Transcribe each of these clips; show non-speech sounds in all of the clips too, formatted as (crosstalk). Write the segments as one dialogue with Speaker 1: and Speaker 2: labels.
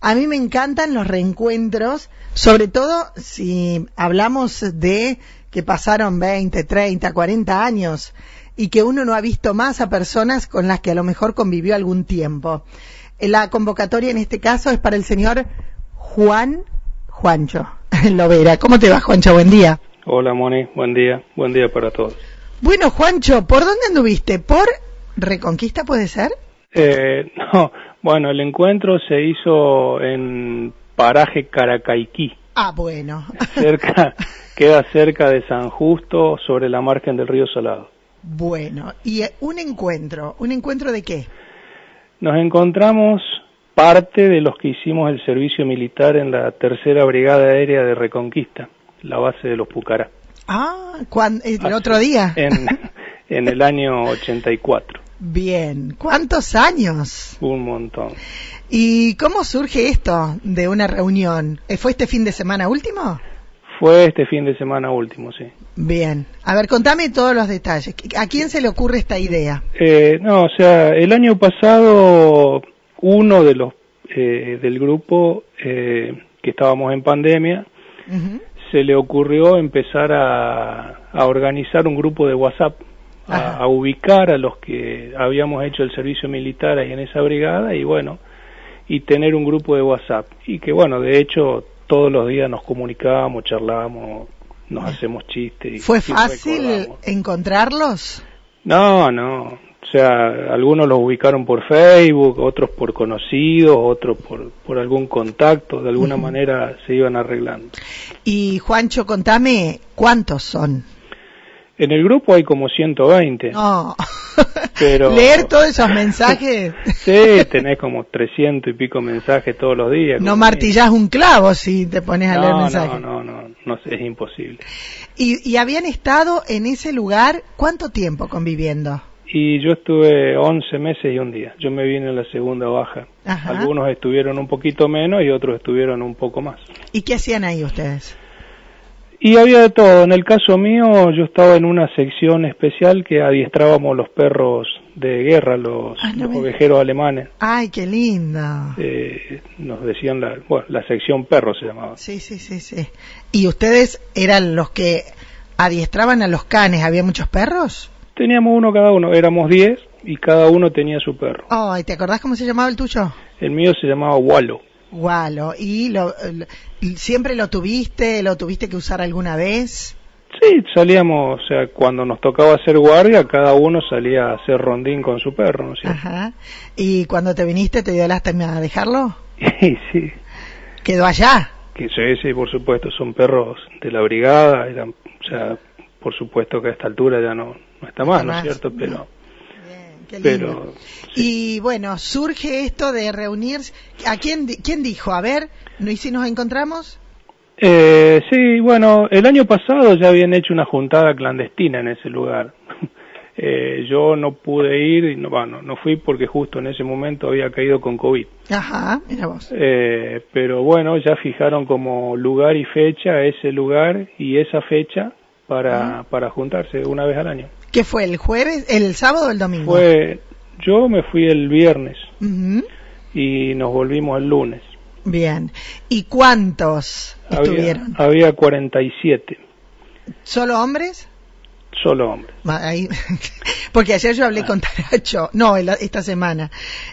Speaker 1: A mí me encantan los reencuentros, sobre todo si hablamos de que pasaron 20, 30, 40 años y que uno no ha visto más a personas con las que a lo mejor convivió algún tiempo. La convocatoria en este caso es para el señor Juan Juancho (laughs) Lovera. ¿Cómo te va, Juancho? Buen día.
Speaker 2: Hola, Moni. Buen día. Buen día para todos.
Speaker 1: Bueno, Juancho, ¿por dónde anduviste? ¿Por Reconquista puede ser?
Speaker 2: Eh, (laughs) no. Bueno, el encuentro se hizo en Paraje Caracaiquí.
Speaker 1: Ah, bueno.
Speaker 2: Cerca, queda cerca de San Justo, sobre la margen del río Salado.
Speaker 1: (laughs) Bueno, y un encuentro, ¿un encuentro de qué?
Speaker 2: Nos encontramos parte de los que hicimos el servicio militar en la tercera brigada aérea de Reconquista, la base de los Pucará.
Speaker 1: Ah, ¿cuán- el otro día. (laughs)
Speaker 2: En, en el año 84,
Speaker 1: Bien, ¿cuántos años?
Speaker 2: un montón.
Speaker 1: ¿Y cómo surge esto de una reunión? ¿Eh, ¿Fue este fin de semana último?
Speaker 2: Fue este fin de semana último, sí.
Speaker 1: Bien, a ver, contame todos los detalles. ¿A quién se le ocurre esta idea?
Speaker 2: Eh, no, o sea, el año pasado uno de los eh, del grupo eh, que estábamos en pandemia
Speaker 1: Ujú.
Speaker 2: se le ocurrió empezar a, a organizar un grupo de WhatsApp,
Speaker 1: Ajá.
Speaker 2: a, a ubicar a los que habíamos hecho el servicio militar ahí en esa brigada y bueno, y tener un grupo de WhatsApp. Y que bueno, de hecho todos los días nos comunicábamos, charlábamos, nos hacemos chistes. y-
Speaker 1: ¿Fue
Speaker 2: y
Speaker 1: fácil
Speaker 2: recordábamos.
Speaker 1: encontrarlos?
Speaker 2: No, no. O sea, algunos los ubicaron por Facebook, otros por conocidos, otros por, por algún contacto. De alguna manera se iban arreglando.
Speaker 1: Y Juancho, contame cuántos son.
Speaker 2: En el grupo hay como 120.
Speaker 1: No.
Speaker 2: (laughs) Pero-
Speaker 1: Leer todos esos mensajes.
Speaker 2: Sí, tenés como 300 y pico mensajes todos los días.
Speaker 1: No
Speaker 2: como
Speaker 1: martillás un clavo si te pones a
Speaker 2: mínimo.
Speaker 1: leer
Speaker 2: No,
Speaker 1: mensajes.
Speaker 2: No, no, no, no, sé, es imposible.
Speaker 1: Y, y habían estado en ese lugar cuánto tiempo conviviendo?
Speaker 2: Y yo estuve 11 meses y un día. Yo me vine en la segunda baja.
Speaker 1: Ajá.
Speaker 2: Algunos estuvieron un poquito menos y otros estuvieron un poco más.
Speaker 1: ¿Y qué hacían ahí ustedes?
Speaker 2: Y había de todo. En el caso mío, yo estaba en una sección especial que adiestrábamos los perros de guerra, los,
Speaker 1: Ah, no
Speaker 2: los
Speaker 1: me-
Speaker 2: ovejeros alemanes.
Speaker 1: Ay, qué lindo.
Speaker 2: Eh, nos decían la, bueno, la sección perro se llamaba.
Speaker 1: Sí, sí, sí, sí. ¿Y ustedes eran los que adiestraban a los canes? ¿Había muchos perros?
Speaker 2: Teníamos uno cada uno, éramos 10 y cada uno tenía su perro.
Speaker 1: Ay, ¿te acordás cómo se llamaba el tuyo?
Speaker 2: El mío se llamaba Walo.
Speaker 1: Gualo. ¿Y lo, lo- y siempre lo tuviste? ¿Lo tuviste que usar alguna vez?
Speaker 2: Sí, salíamos, o sea, cuando nos tocaba hacer guardia, cada uno salía a hacer rondín con su perro, ¿no es cierto?
Speaker 1: Ajá. ¿Y cuando te viniste te dio lástima dejarlo?
Speaker 2: (laughs) Y sí,
Speaker 1: ¿Quedó allá?
Speaker 2: que sí, sí, por supuesto, son perros de la brigada, eran, o sea, por supuesto que a esta altura ya no, no está más, ¿no es
Speaker 1: más.
Speaker 2: cierto? Pero,
Speaker 1: Bien, qué lindo.
Speaker 2: pero,
Speaker 1: Y bueno, surge esto de reunirse. ¿A quién, di- quién dijo? A ver, ¿no y si nos encontramos?
Speaker 2: eh, sí, bueno, el año pasado ya habían hecho una juntada clandestina en ese lugar. (laughs) Eh, yo no pude ir, y no, bueno, no fui porque justo en ese momento había caído con COVID.
Speaker 1: Ajá, mira vos.
Speaker 2: Eh, pero bueno, ya fijaron como lugar y fecha ese lugar y esa fecha para, para juntarse una vez al año.
Speaker 1: ¿Qué fue, el jueves, el sábado o el domingo?
Speaker 2: Fue, yo me fui el viernes
Speaker 1: Ujú,
Speaker 2: y nos volvimos el lunes.
Speaker 1: Bien. ¿Y cuántos
Speaker 2: Había,
Speaker 1: estuvieron?
Speaker 2: había 47,
Speaker 1: ¿Solo hombres?
Speaker 2: solo hombres.
Speaker 1: Ma- ahí- (laughs) porque ayer yo hablé con Taracho, no, el- esta semana,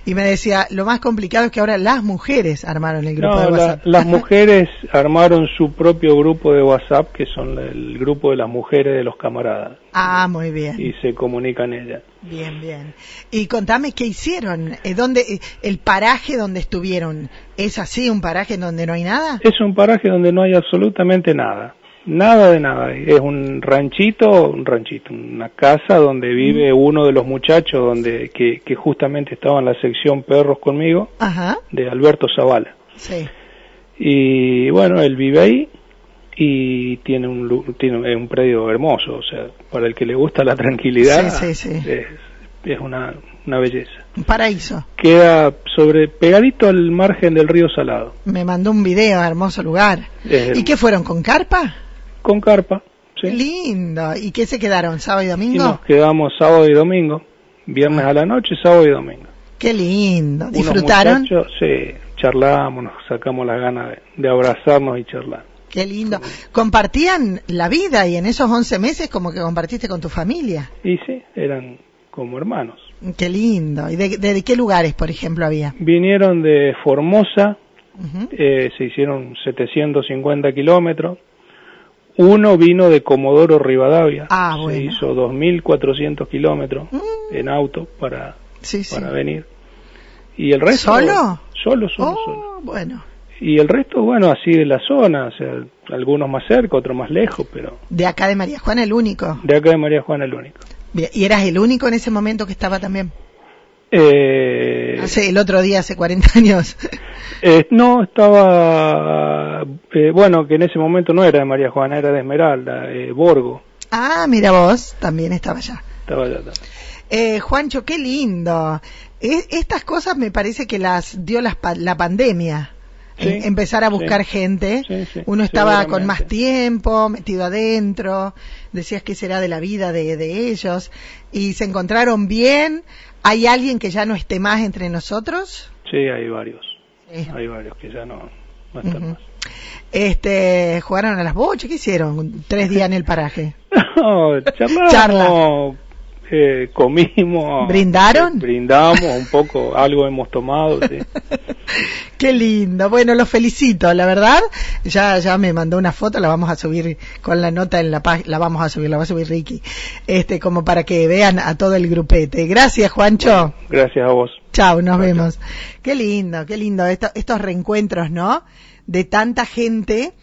Speaker 1: y me decía, lo más complicado es que ahora las mujeres armaron el grupo
Speaker 2: No,
Speaker 1: de
Speaker 2: la-
Speaker 1: WhatsApp. (laughs)
Speaker 2: las mujeres armaron su propio grupo de WhatsApp, que son la- el grupo de las mujeres de los camaradas,
Speaker 1: Ah, muy bien.
Speaker 2: y se comunican ellas.
Speaker 1: Bien, bien. Y contame qué hicieron, Eh, dónde eh, el paraje donde estuvieron, ¿es así un paraje en donde no hay nada?
Speaker 2: Es un paraje donde no hay absolutamente nada. Nada de nada. Es un ranchito, un ranchito, una casa donde
Speaker 1: Mm.
Speaker 2: vive uno de los muchachos donde que, que justamente estaba en la sección perros conmigo,
Speaker 1: Ajá,
Speaker 2: de Alberto Zavala.
Speaker 1: sí.
Speaker 2: Y bueno, él vive ahí y tiene un lu- tiene un predio hermoso, o sea, para el que le gusta la tranquilidad,
Speaker 1: Sí, sí, sí.
Speaker 2: es, es una, una belleza.
Speaker 1: Un paraíso.
Speaker 2: Queda sobre pegadito al margen del río Salado,
Speaker 1: Me mandó un video, hermoso lugar.
Speaker 2: Es
Speaker 1: ¿Y qué fueron con carpa?
Speaker 2: con carpa. Eh, ¿sí?
Speaker 1: Lindo. ¿Y qué se quedaron sábado y
Speaker 2: Y
Speaker 1: domingo?
Speaker 2: nos quedamos sábado y domingo, viernes a la noche, sábado y domingo.
Speaker 1: Qué lindo.
Speaker 2: Unos
Speaker 1: ¿Disfrutaron?
Speaker 2: muchachos, sí, charlábamos, nos sacamos las ganas de, de abrazarnos y charlar.
Speaker 1: Qué lindo. Compartían la vida y en esos 11 meses como que compartiste con tu familia.
Speaker 2: Y sí, eran como hermanos.
Speaker 1: Qué lindo. ¿Y de, de qué lugares, por ejemplo, había?
Speaker 2: Vinieron de Formosa,
Speaker 1: Ujú.
Speaker 2: eh, se hicieron 750 kilómetros. Uno vino de Comodoro Rivadavia,
Speaker 1: Ah, bueno.
Speaker 2: se hizo 2.400 kilómetros
Speaker 1: Mm,
Speaker 2: en auto para,
Speaker 1: sí, sí.
Speaker 2: para venir. ¿Y el resto?
Speaker 1: ¿Solo?
Speaker 2: Solo, solo, solo.
Speaker 1: Oh, bueno.
Speaker 2: Y el resto, bueno, así de la zona, o sea, algunos más cerca, otros más lejos, pero
Speaker 1: De acá de María Juana, el único.
Speaker 2: de acá de María Juana el único.
Speaker 1: Bien, ¿Y eras el único en ese momento que estaba también?
Speaker 2: Eh,
Speaker 1: Hace, el otro día, hace 40 años. (laughs)
Speaker 2: eh, no, estaba, eh, bueno, que en ese momento no era de María Juana, era de Esmeralda, eh, Borgo,
Speaker 1: ah, mira vos, también estaba allá.
Speaker 2: estaba allá también.
Speaker 1: Eh, Juancho, qué lindo. Es- estas cosas me parece que las dio las pa- la pandemia.
Speaker 2: Sí,
Speaker 1: Em- Empezar a
Speaker 2: sí.
Speaker 1: buscar gente.
Speaker 2: Sí, sí,
Speaker 1: Uno estaba con
Speaker 2: seguramente.
Speaker 1: más tiempo, metido adentro. Decías que será de la vida de, de ellos. Y se encontraron bien. ¿Hay alguien que ya no esté más entre nosotros?
Speaker 2: Sí, hay varios,
Speaker 1: Sí.
Speaker 2: hay varios que ya no, no están
Speaker 1: Ujú.
Speaker 2: más. (laughs)
Speaker 1: Este, jugaron a las bochas. ¿Qué hicieron? Tres días en el paraje.
Speaker 2: No, charlamos,
Speaker 1: Charla.
Speaker 2: eh, comimos.
Speaker 1: ¿Brindaron?
Speaker 2: eh, brindamos un poco, algo hemos tomado,
Speaker 1: (laughs)
Speaker 2: sí.
Speaker 1: Qué lindo. Bueno, los felicito, la verdad. Ya, ya me mandó una foto, la vamos a subir con la nota en la página, la vamos a subir, la va a subir Ricky. Este, como para que vean a todo el grupete. Gracias, Juancho.
Speaker 2: Gracias a vos.
Speaker 1: Chao, nos vemos. Qué lindo, qué lindo esto- estos reencuentros, ¿no? De tanta gente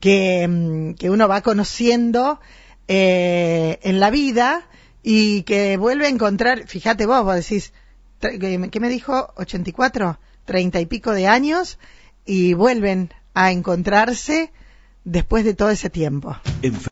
Speaker 1: que, mm, que uno va conociendo eh, en la vida y que vuelve a encontrar, fíjate vos, vos decís, tre- ¿qué me- qué me dijo? 84, 30 y pico de años y vuelven a encontrarse después de todo ese tiempo.
Speaker 3: En